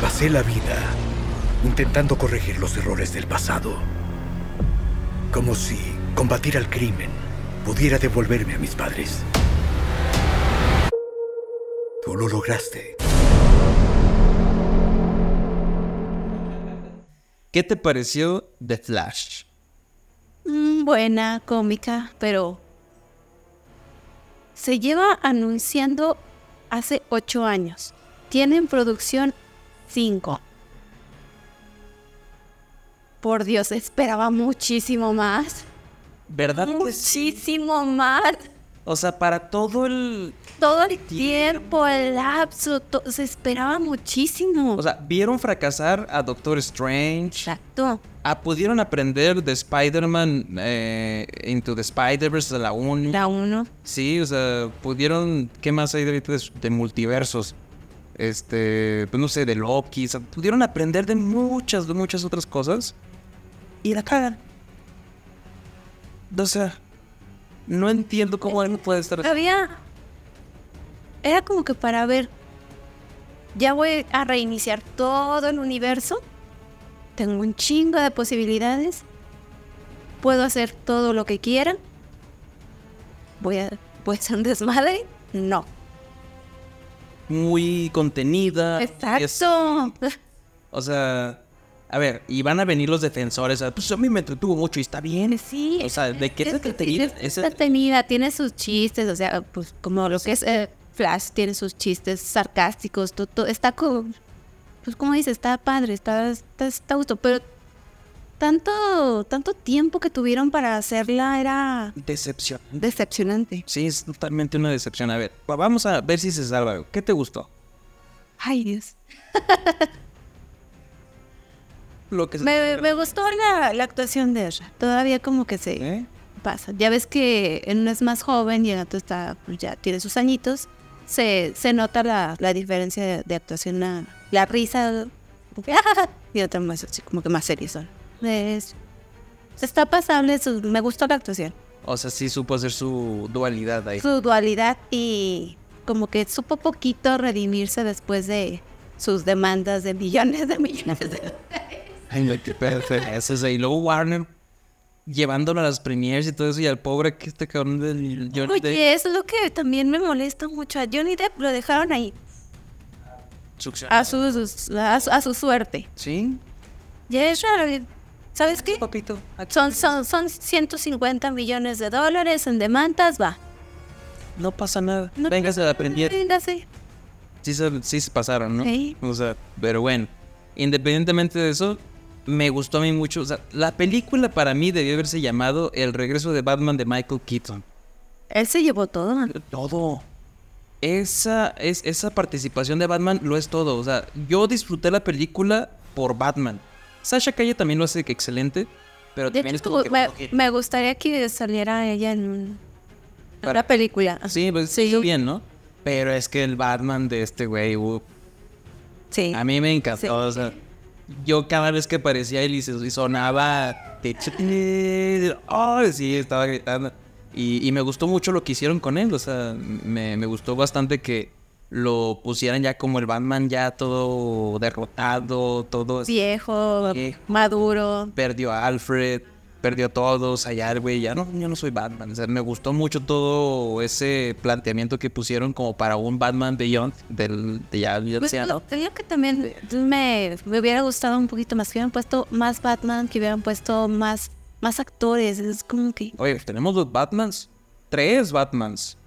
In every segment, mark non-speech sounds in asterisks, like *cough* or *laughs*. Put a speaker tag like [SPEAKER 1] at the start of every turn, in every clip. [SPEAKER 1] pasé la vida intentando corregir los errores del pasado. Como si combatir al crimen pudiera devolverme a mis padres. Tú lo lograste.
[SPEAKER 2] ¿Qué te pareció The Flash?
[SPEAKER 3] Mm, buena, cómica, pero se lleva anunciando hace ocho años. Tiene en producción cinco. Por Dios, esperaba muchísimo más.
[SPEAKER 2] ¿Verdad? que sí?
[SPEAKER 3] Muchísimo más.
[SPEAKER 2] O sea, para todo el...
[SPEAKER 3] Todo el tiempo, el lapso, to- se esperaba muchísimo.
[SPEAKER 2] O sea, vieron fracasar a Doctor Strange.
[SPEAKER 3] Exacto.
[SPEAKER 2] Ah, pudieron aprender de Spider-Man eh, Into the Spider-Verse a la 1.
[SPEAKER 3] La uno.
[SPEAKER 2] Sí, o sea, pudieron. ¿Qué más hay ahorita de, de multiversos? Este, pues no sé, de Loki. O sea, pudieron aprender de muchas, de muchas otras cosas. Y la cagan. O sea, no entiendo cómo alguien puede estar así.
[SPEAKER 3] Había. Era como que para ver. Ya voy a reiniciar todo el universo. Tengo un chingo de posibilidades. Puedo hacer todo lo que quiera. Voy a. Voy a hacer un desmadre. No.
[SPEAKER 2] muy contenida. Ah, Es-
[SPEAKER 3] Exacto.
[SPEAKER 2] o sea, a ver, y van a venir los defensores. a, Pues a mí me entretuvo mucho y está bien.
[SPEAKER 3] Pues Sí.
[SPEAKER 2] O sea, ¿de qué
[SPEAKER 3] es
[SPEAKER 2] se
[SPEAKER 3] que
[SPEAKER 2] trata?
[SPEAKER 3] sí, es
[SPEAKER 2] Ese-
[SPEAKER 3] entretenida, tiene sus chistes, o sea, pues como lo que es eh, Flash, tiene sus chistes sarcásticos, to- to- está como, pues como dice, está padre, está, está, está a gusto, pero tanto, tanto tiempo que tuvieron para hacerla era
[SPEAKER 2] Decepción.
[SPEAKER 3] decepcionante.
[SPEAKER 2] Sí, es totalmente una decepción. A ver, va- vamos a ver si se salva algo. ¿Qué te gustó?
[SPEAKER 3] Ay, Dios.
[SPEAKER 2] Lo que
[SPEAKER 3] Me, me gustó la, la actuación de ella, todavía como que se...
[SPEAKER 2] ¿Eh?
[SPEAKER 3] pasa. Ya ves que en uno es más joven y el otro está, pues, ya tiene sus añitos. Se, se nota la, la diferencia de, de actuación, la, la risa *laughs* como que, y otra más así, como que más seria son. Es- está pasable, su- me gustó la actuación.
[SPEAKER 2] O sea, sí supo hacer su dualidad ahí.
[SPEAKER 3] Su dualidad y como que supo poquito redimirse después de sus demandas de millones de millones de...
[SPEAKER 2] *laughs* Eso es ahí. Luego Warner llevándolo a las premiers y todo eso y al pobre que este cabrón del Johnny Depp
[SPEAKER 3] Oye, eso es lo que también me molesta mucho. A Johnny Depp lo dejaron ahí
[SPEAKER 2] succiona.
[SPEAKER 3] a su- sus- a su- a su suerte.
[SPEAKER 2] Sí,
[SPEAKER 3] Ya es raro. ¿Sabes qué?
[SPEAKER 2] papito.
[SPEAKER 3] Son, son, son 150 millones de dólares en demandas, va.
[SPEAKER 2] No pasa nada.
[SPEAKER 3] No-
[SPEAKER 2] Véngase a la premier.
[SPEAKER 3] Véngase.
[SPEAKER 2] Sí se, sí se pasaron, ¿no?
[SPEAKER 3] Sí.
[SPEAKER 2] O sea, pero bueno. Independientemente de eso, me gustó a mí mucho. O sea, la película para mí debió haberse llamado El regreso de Batman de Michael Keaton.
[SPEAKER 3] Él se llevó todo. man.
[SPEAKER 2] todo. Esa, es, esa participación de Batman lo es todo. O sea, yo disfruté la película por Batman. Sasha Calle también lo hace que excelente, pero
[SPEAKER 3] De
[SPEAKER 2] también es
[SPEAKER 3] hecho,
[SPEAKER 2] como que-
[SPEAKER 3] me,
[SPEAKER 2] ok.
[SPEAKER 3] me gustaría que saliera ella en un- en
[SPEAKER 2] Para-
[SPEAKER 3] una película.
[SPEAKER 2] Sí, pues
[SPEAKER 3] Sí.
[SPEAKER 2] bien, ¿no? Pero es que el Batman de este güey, uh,
[SPEAKER 3] Sí.
[SPEAKER 2] a mí me encantó.
[SPEAKER 3] Sí.
[SPEAKER 2] O sea, yo cada vez que aparecía él y, se- y sonaba... te- te- Oh, sí, estaba gritando. Y, y me gustó mucho lo que hicieron con él. O sea, me, me gustó bastante que lo pusieran ya como el Batman, ya todo derrotado, todo...
[SPEAKER 3] Viejo,
[SPEAKER 2] pues, Viejo.
[SPEAKER 3] maduro.
[SPEAKER 2] Perdió a Alfred, perdió a todos, a Yardway, ya no, yo no soy Batman. O sea, me gustó mucho todo ese planteamiento que pusieron como para un Batman Beyond del, de ya ya
[SPEAKER 3] Pues,
[SPEAKER 2] sea-
[SPEAKER 3] lo- creo que también me, me hubiera gustado un poquito más que hubieran puesto más Batman, que hubieran puesto más, más actores. Es como que.
[SPEAKER 2] Oye, tenemos dos Batmans. Tres Batmans.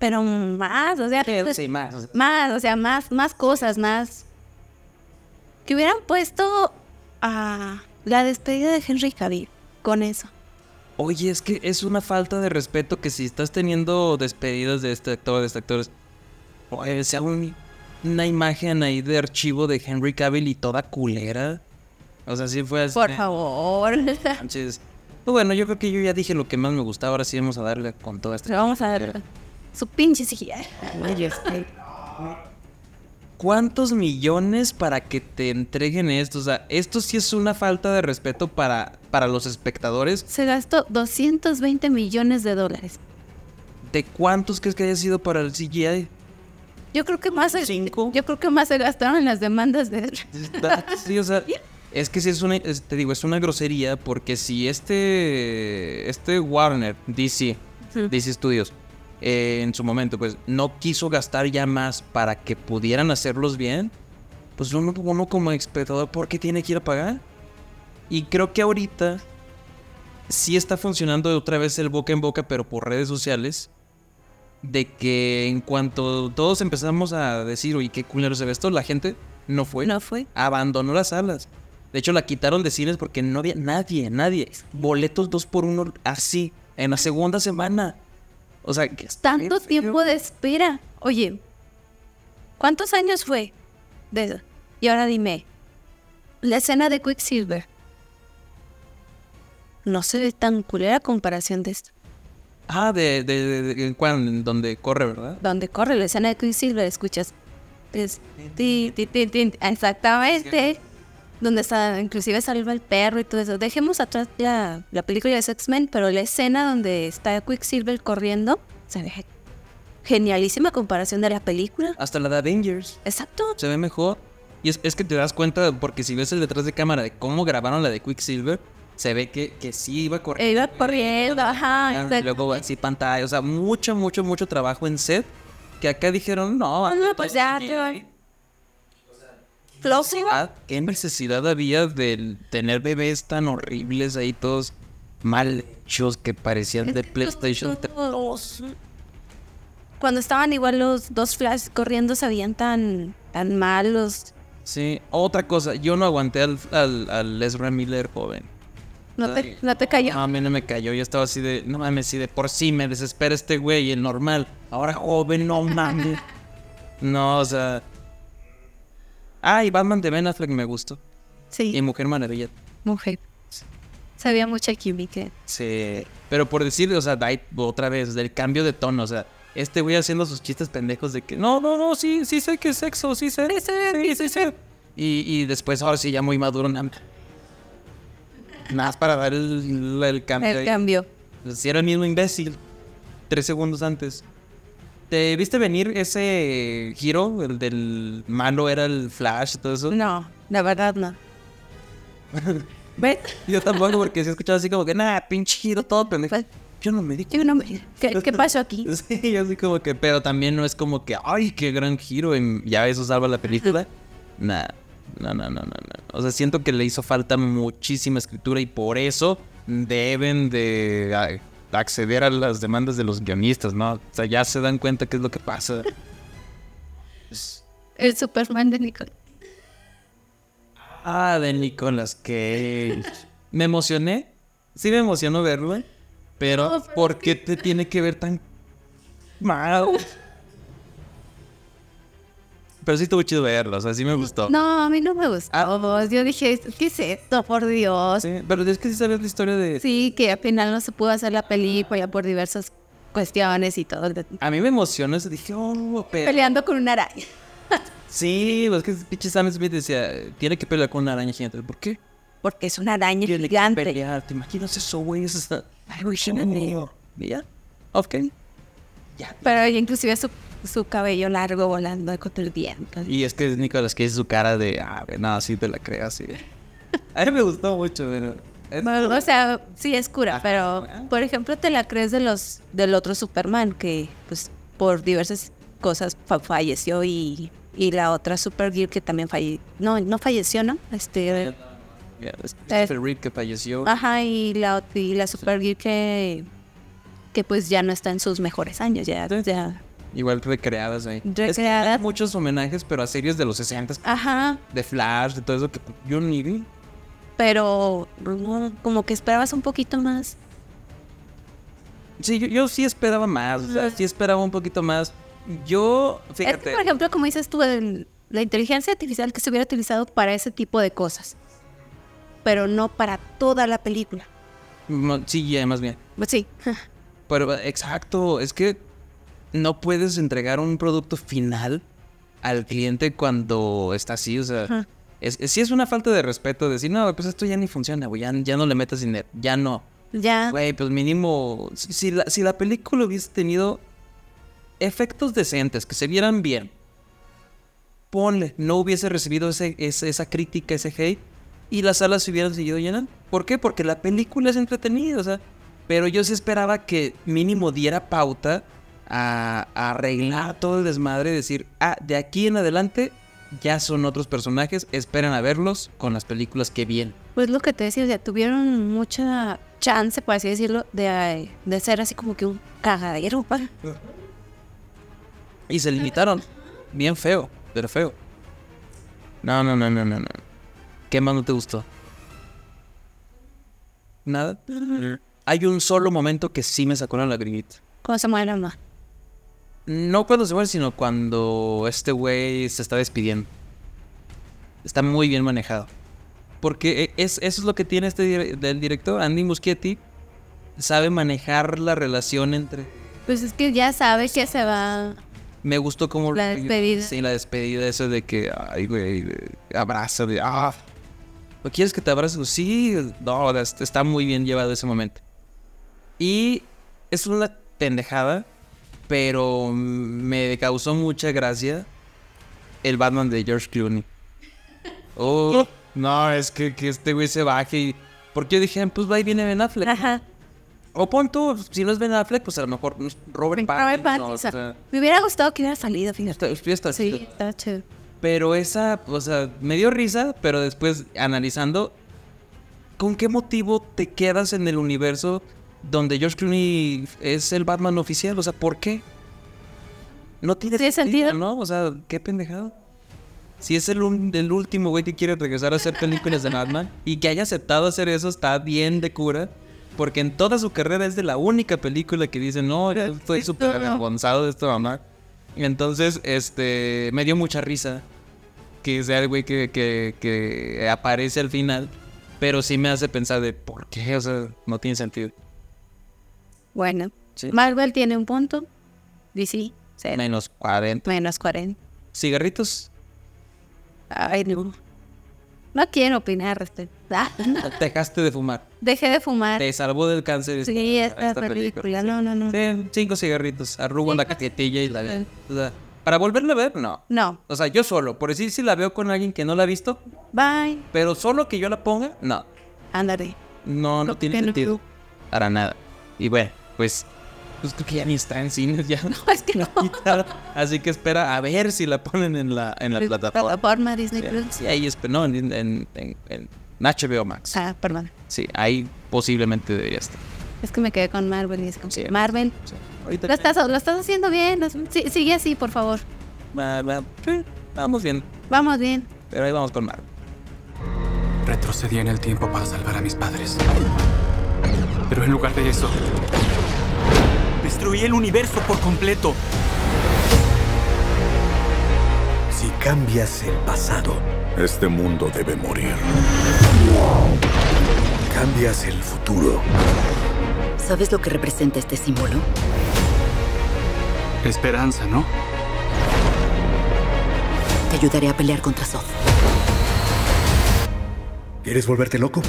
[SPEAKER 3] Pero más, o sea. pues,
[SPEAKER 2] más.
[SPEAKER 3] Más, o sea, más, más cosas, más. Que hubieran puesto a la despedida de Henry Cavill con eso.
[SPEAKER 2] Oye, es que es una falta de respeto que si estás teniendo despedidas de este actor, de este actor, es- oye, sea un- una imagen ahí de archivo de Henry Cavill y toda culera. O sea, sí fue así.
[SPEAKER 3] Por favor. *laughs*
[SPEAKER 2] Manches. Pues bueno, yo creo que yo ya dije lo que más me gustaba. Ahora sí vamos a darle con todo esto.
[SPEAKER 3] Pero vamos a ver su pinche CGI.
[SPEAKER 2] ¿Cuántos millones para que te entreguen esto? O sea, esto sí es una falta de respeto para, para los espectadores.
[SPEAKER 3] Se gastó 220 millones de dólares.
[SPEAKER 2] ¿De cuántos crees que haya sido para el CGI?
[SPEAKER 3] Yo creo que más se,
[SPEAKER 2] Cinco.
[SPEAKER 3] yo creo que más se gastaron en las demandas de
[SPEAKER 2] Sí, o sea, es que si es una, es- te digo, es una grosería porque si este, este Warner, DC,
[SPEAKER 3] Ujú.
[SPEAKER 2] DC Studios, eh, en su momento, pues no quiso gastar ya más para que pudieran hacerlos bien, pues uno, uno como espectador, ¿por qué tiene que ir a pagar? Y creo que ahorita sí está funcionando otra vez el boca en boca, pero por redes sociales de que en cuanto todos empezamos a decir, uy, qué culero se ve esto, la gente no fue.
[SPEAKER 3] No fue.
[SPEAKER 2] Abandonó las salas. De hecho, la quitaron de cines porque no había nadie, nadie. Boletos dos por uno así, en la segunda semana. O sea, que está bien
[SPEAKER 3] tanto
[SPEAKER 2] feo.
[SPEAKER 3] tiempo de espera. Oye, ¿cuántos años fue? De- y ahora dime, la escena de Quicksilver. No se ve tan culera a comparación de esto.
[SPEAKER 2] Ah, de, de, de- de- en cuál, en donde corre, ¿verdad?
[SPEAKER 3] Donde corre la escena de Quicksilver, escuchas. Es ti, ti, ti, ti, exactamente. Donde está, inclusive salva el perro y todo eso. Dejemos atrás la, la película de X-Men, pero la escena donde está Quicksilver corriendo, se ve genialísima comparación de la película.
[SPEAKER 2] Hasta la de Avengers.
[SPEAKER 3] Exacto.
[SPEAKER 2] se ve mejor. Y es, es que te das cuenta, porque si ves el detrás de cámara de cómo grabaron la de Quicksilver, se ve que, que sí iba corriendo.
[SPEAKER 3] Eh, Iba corriendo, ajá.
[SPEAKER 2] Ah,
[SPEAKER 3] exacto.
[SPEAKER 2] Luego así pantalla, o sea, mucho, mucho, mucho trabajo en set que acá dijeron, no,
[SPEAKER 3] Ah, no, pues ya, te va. Closing.
[SPEAKER 2] ah, ¿qué necesidad había de tener bebés tan horribles ahí todos mal hechos que parecían de PlayStation 3?
[SPEAKER 3] Cuando estaban igual los dos Flash corriendo, se veían tan, tan malos.
[SPEAKER 2] Sí, otra cosa, yo no aguanté al, al, al Ezra Miller joven.
[SPEAKER 3] No te, no te cayó.
[SPEAKER 2] No, a mí no me cayó. Yo estaba así de, no mames, sí de por sí me desespera este güey, el normal. Ahora joven, no mames.
[SPEAKER 3] *laughs*
[SPEAKER 2] No, o sea. Ah, y Batman de Ben Affleck me gustó. Y
[SPEAKER 3] Sí,
[SPEAKER 2] Mujer Maravilla.
[SPEAKER 3] mujer. Sabía mucha química. Eh,
[SPEAKER 2] Sí. Pero por decirle, o sea, Dai- otra vez, del cambio de tono, o sea. Este güey haciendo sus chistes pendejos de que no, no, no, sí, sí sé que es sexo, sí sé, sí, sí, sí sé. Y, y después, ahora sí, ya muy maduro, nada nada más para dar el, el cambio.
[SPEAKER 3] El
[SPEAKER 2] ahí. Pues,
[SPEAKER 3] cambio.
[SPEAKER 2] Si era el mismo imbécil. Tres segundos antes. ¿Te viste venir ese giro? El del malo era el Flash y todo eso.
[SPEAKER 3] No, la
[SPEAKER 2] *laughs*
[SPEAKER 3] verdad no. ¿Ves?
[SPEAKER 2] Yo tampoco, porque sí escuchaba así como que, nah, pinche giro todo pendejo. Yo no me di
[SPEAKER 3] Yo no me- ¿Qué,
[SPEAKER 2] *laughs*
[SPEAKER 3] qué pasó aquí?
[SPEAKER 2] Sí, yo así como que, pero también no es como que, ay, qué gran giro, y ya eso salva la película. Nah, no, no, no, no, no. O sea, siento que le hizo falta muchísima escritura y por eso deben de ay, acceder a las demandas de los guionistas, ¿no? O sea, ya se dan cuenta qué es lo que pasa.
[SPEAKER 3] El Superman de Nicole.
[SPEAKER 2] Ah, de Nicolas Cage. Me emocioné. Sí me emocionó verlo, pero
[SPEAKER 3] No, pero
[SPEAKER 2] ¿por qué te tiene que ver tan mal? Pero sí estuvo chido verlo, o sea, sí me gustó.
[SPEAKER 3] No, a mí no me gustó.
[SPEAKER 2] Ah.
[SPEAKER 3] Yo dije, ¿qué es esto? Por Dios.
[SPEAKER 2] Sí, pero es que sí sabes la historia de...
[SPEAKER 3] Sí, que al final no se pudo hacer la película por diversas cuestiones y todo.
[SPEAKER 2] A mí me emocionó eso, dije, oh, pero...
[SPEAKER 3] Peleando con una araña.
[SPEAKER 2] Sí, pues que pinche Sam Smith decía, tiene que pelear con una araña gigante. ¿Por qué?
[SPEAKER 3] Porque es una araña
[SPEAKER 2] Tiene que
[SPEAKER 3] gigante.
[SPEAKER 2] pelear, ¿te imaginas eso, güey? Eso está...
[SPEAKER 3] Ay, güey, yo no
[SPEAKER 2] Oh,
[SPEAKER 3] leo.
[SPEAKER 2] ¿Ya? Ok. Ya,
[SPEAKER 3] Pero ella inclusive su, su cabello largo volando contra el viento.
[SPEAKER 2] Y es que Nicolás que es su cara de, ah, güey, no, sí te la creas, sí. A mí me gustó mucho, pero... es- Ah,
[SPEAKER 3] Bueno, O sea, sí es cura,
[SPEAKER 2] Ajá.
[SPEAKER 3] pero por ejemplo te la crees de los del otro Superman que pues por diversas cosas fa- falleció y, y la otra Supergirl que también falleció. No, no falleció, ¿no? Este,
[SPEAKER 2] Ya, es Christopher Reeve que falleció.
[SPEAKER 3] Ajá, y la, ot- y la Supergirl que, que pues ya no está en sus mejores años, ya,
[SPEAKER 2] Sí.
[SPEAKER 3] ya.
[SPEAKER 2] Igual recreadas ahí. Es que
[SPEAKER 3] Recreadas.
[SPEAKER 2] hay muchos homenajes, pero a series de los 60
[SPEAKER 3] Ajá,
[SPEAKER 2] de Flash, de todo eso que yo ni vi.
[SPEAKER 3] pero no, como que esperabas un poquito más.
[SPEAKER 2] Sí, yo, yo sí esperaba más, o sea, sí esperaba un poquito más. Yo,
[SPEAKER 3] Es que,
[SPEAKER 2] fíjate,
[SPEAKER 3] por ejemplo, como dices tú, el- la inteligencia artificial que se hubiera utilizado para ese tipo de cosas, pero no para toda la película.
[SPEAKER 2] mo- sí, ya, más bien.
[SPEAKER 3] Pues sí,
[SPEAKER 2] Pero eh, exacto, es que no puedes entregar un producto final al cliente cuando está así, o sea,
[SPEAKER 3] Ajá.
[SPEAKER 2] es, es- sí es una falta de respeto decir, no, pues esto ya ni funciona, güey, ya, ya no le metas dinero, ya no.
[SPEAKER 3] ya.
[SPEAKER 2] Güey, pues mínimo, si, si la, si la película hubiese tenido efectos decentes, que se vieran bien, ponle, no hubiese recibido ese, ese- esa crítica, ese hate, y las salas se hubieran seguido llenando. ¿Por qué? Porque la película es entretenida, o sea. Pero yo sí esperaba que mínimo diera pauta a, a arreglar todo el desmadre y decir, ah, de aquí en adelante ya son otros personajes, esperen a verlos con las películas que vienen.
[SPEAKER 3] Pues lo que te decía, o sea, tuvieron mucha chance, por así decirlo, de, de ser así como que un cagadero. pa.
[SPEAKER 2] Y se limitaron. Bien feo, pero feo. No, no, no, no, no, no. ¿Qué más no te gustó? Nada. Hay un solo momento que sí me sacó la lagrimita.
[SPEAKER 3] Cuando se muere la mamá.
[SPEAKER 2] No cuando se muere, sino cuando este güey se está despidiendo. Está muy bien manejado. Porque e- es, eso es lo que tiene este dire- del director, Andy Muschietti. Sabe manejar la relación entre
[SPEAKER 3] Pues es que ya sabe que se va.
[SPEAKER 2] Me gustó como...
[SPEAKER 3] La despedida.
[SPEAKER 2] Sí, la despedida esa de que, ay, güey, abraza, de, ah. ¿No quieres que te abrace? Sí, no, es- está muy bien llevado ese momento. Y es una pendejada, pero me causó mucha gracia el Batman de George
[SPEAKER 3] *laughs*
[SPEAKER 2] Clooney. Oh, no, es que, que este güey se baje y... Porque yo dije, pues va y viene Ben Affleck.
[SPEAKER 3] Ajá.
[SPEAKER 2] O pon tú, si no es Ben Affleck, pues a lo mejor Robert
[SPEAKER 3] Robert
[SPEAKER 2] Pattinson, o
[SPEAKER 3] Pattinson.
[SPEAKER 2] sea, Pues
[SPEAKER 3] Me hubiera gustado que hubiera salido, fíjate.
[SPEAKER 2] Está- está-
[SPEAKER 3] Sí, está chido.
[SPEAKER 2] Pero esa, o sea, me dio risa, pero después analizando, ¿con qué motivo te quedas en el universo donde George Clooney es el Batman oficial? O sea, ¿por qué? No tiene,
[SPEAKER 3] ¿Tiene sentido?
[SPEAKER 2] ¿no? O sea, qué pendejado. Si es el, un- el último güey que quiere regresar a hacer películas de Batman y que haya aceptado hacer eso está bien de cura. Porque en toda su carrera es de la única película que dice, no, yo estoy súper avergonzado de esta mamá. Entonces, este, me dio mucha risa que sea el güey que, que- que aparece al final. Pero sí me hace pensar de por qué, o sea, no tiene sentido.
[SPEAKER 3] Bueno,
[SPEAKER 2] Sí.
[SPEAKER 3] Marvel tiene un punto. DC, cero.
[SPEAKER 2] Menos 40.
[SPEAKER 3] Menos 40.
[SPEAKER 2] Cigarritos,
[SPEAKER 3] Ay, no. No quiero opinar al respecto. Ah, *laughs*
[SPEAKER 2] dejaste de fumar.
[SPEAKER 3] Dejé de fumar.
[SPEAKER 2] Te salvó del cáncer. esta-
[SPEAKER 3] Sí, esta,
[SPEAKER 2] esta
[SPEAKER 3] película.
[SPEAKER 2] película.
[SPEAKER 3] No, no, no.
[SPEAKER 2] Sí, cinco cigarritos, arrugo la catetilla y la veo. O sea, para volverla a ver, no.
[SPEAKER 3] No.
[SPEAKER 2] O sea, yo solo, por decir si la veo con alguien que no la ha visto,
[SPEAKER 3] Bye.
[SPEAKER 2] pero solo que yo la ponga, no.
[SPEAKER 3] Ándale. *laughs*
[SPEAKER 2] No, no tiene
[SPEAKER 3] Pero
[SPEAKER 2] sentido. Para nada. Y bueno, pues, pues creo que ya ni está en cines, ya *laughs* no.
[SPEAKER 3] Es que no.
[SPEAKER 2] quitaron. Así que espera a ver si la ponen en la, en la plataforma.
[SPEAKER 3] Plataforma Disney Plus.
[SPEAKER 2] Sí, ahí esper- no, en, en, en- en HBO Max.
[SPEAKER 3] Ah, perdón.
[SPEAKER 2] Sí, ahí posiblemente debería estar.
[SPEAKER 3] Es que me quedé con Marvel y es como,
[SPEAKER 2] Sí.
[SPEAKER 3] Marvel,
[SPEAKER 2] Sí. Ahorita
[SPEAKER 3] lo estás, lo estás haciendo bien. lo- sí- sigue así, por favor.
[SPEAKER 2] Va- va- sí, vamos bien,
[SPEAKER 3] Vamos bien.
[SPEAKER 2] pero ahí vamos con Marvel.
[SPEAKER 4] Retrocedí en el tiempo para salvar a mis padres. Pero en lugar de eso, destruí el universo por completo.
[SPEAKER 1] Si cambias el pasado,
[SPEAKER 5] Este mundo debe morir.
[SPEAKER 1] cambias el futuro.
[SPEAKER 6] ¿Sabes lo que representa este símbolo?
[SPEAKER 4] Esperanza, ¿no?
[SPEAKER 6] Te ayudaré a pelear contra Zod.
[SPEAKER 1] ¿Quieres volverte loco?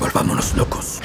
[SPEAKER 1] Volvámonos locos.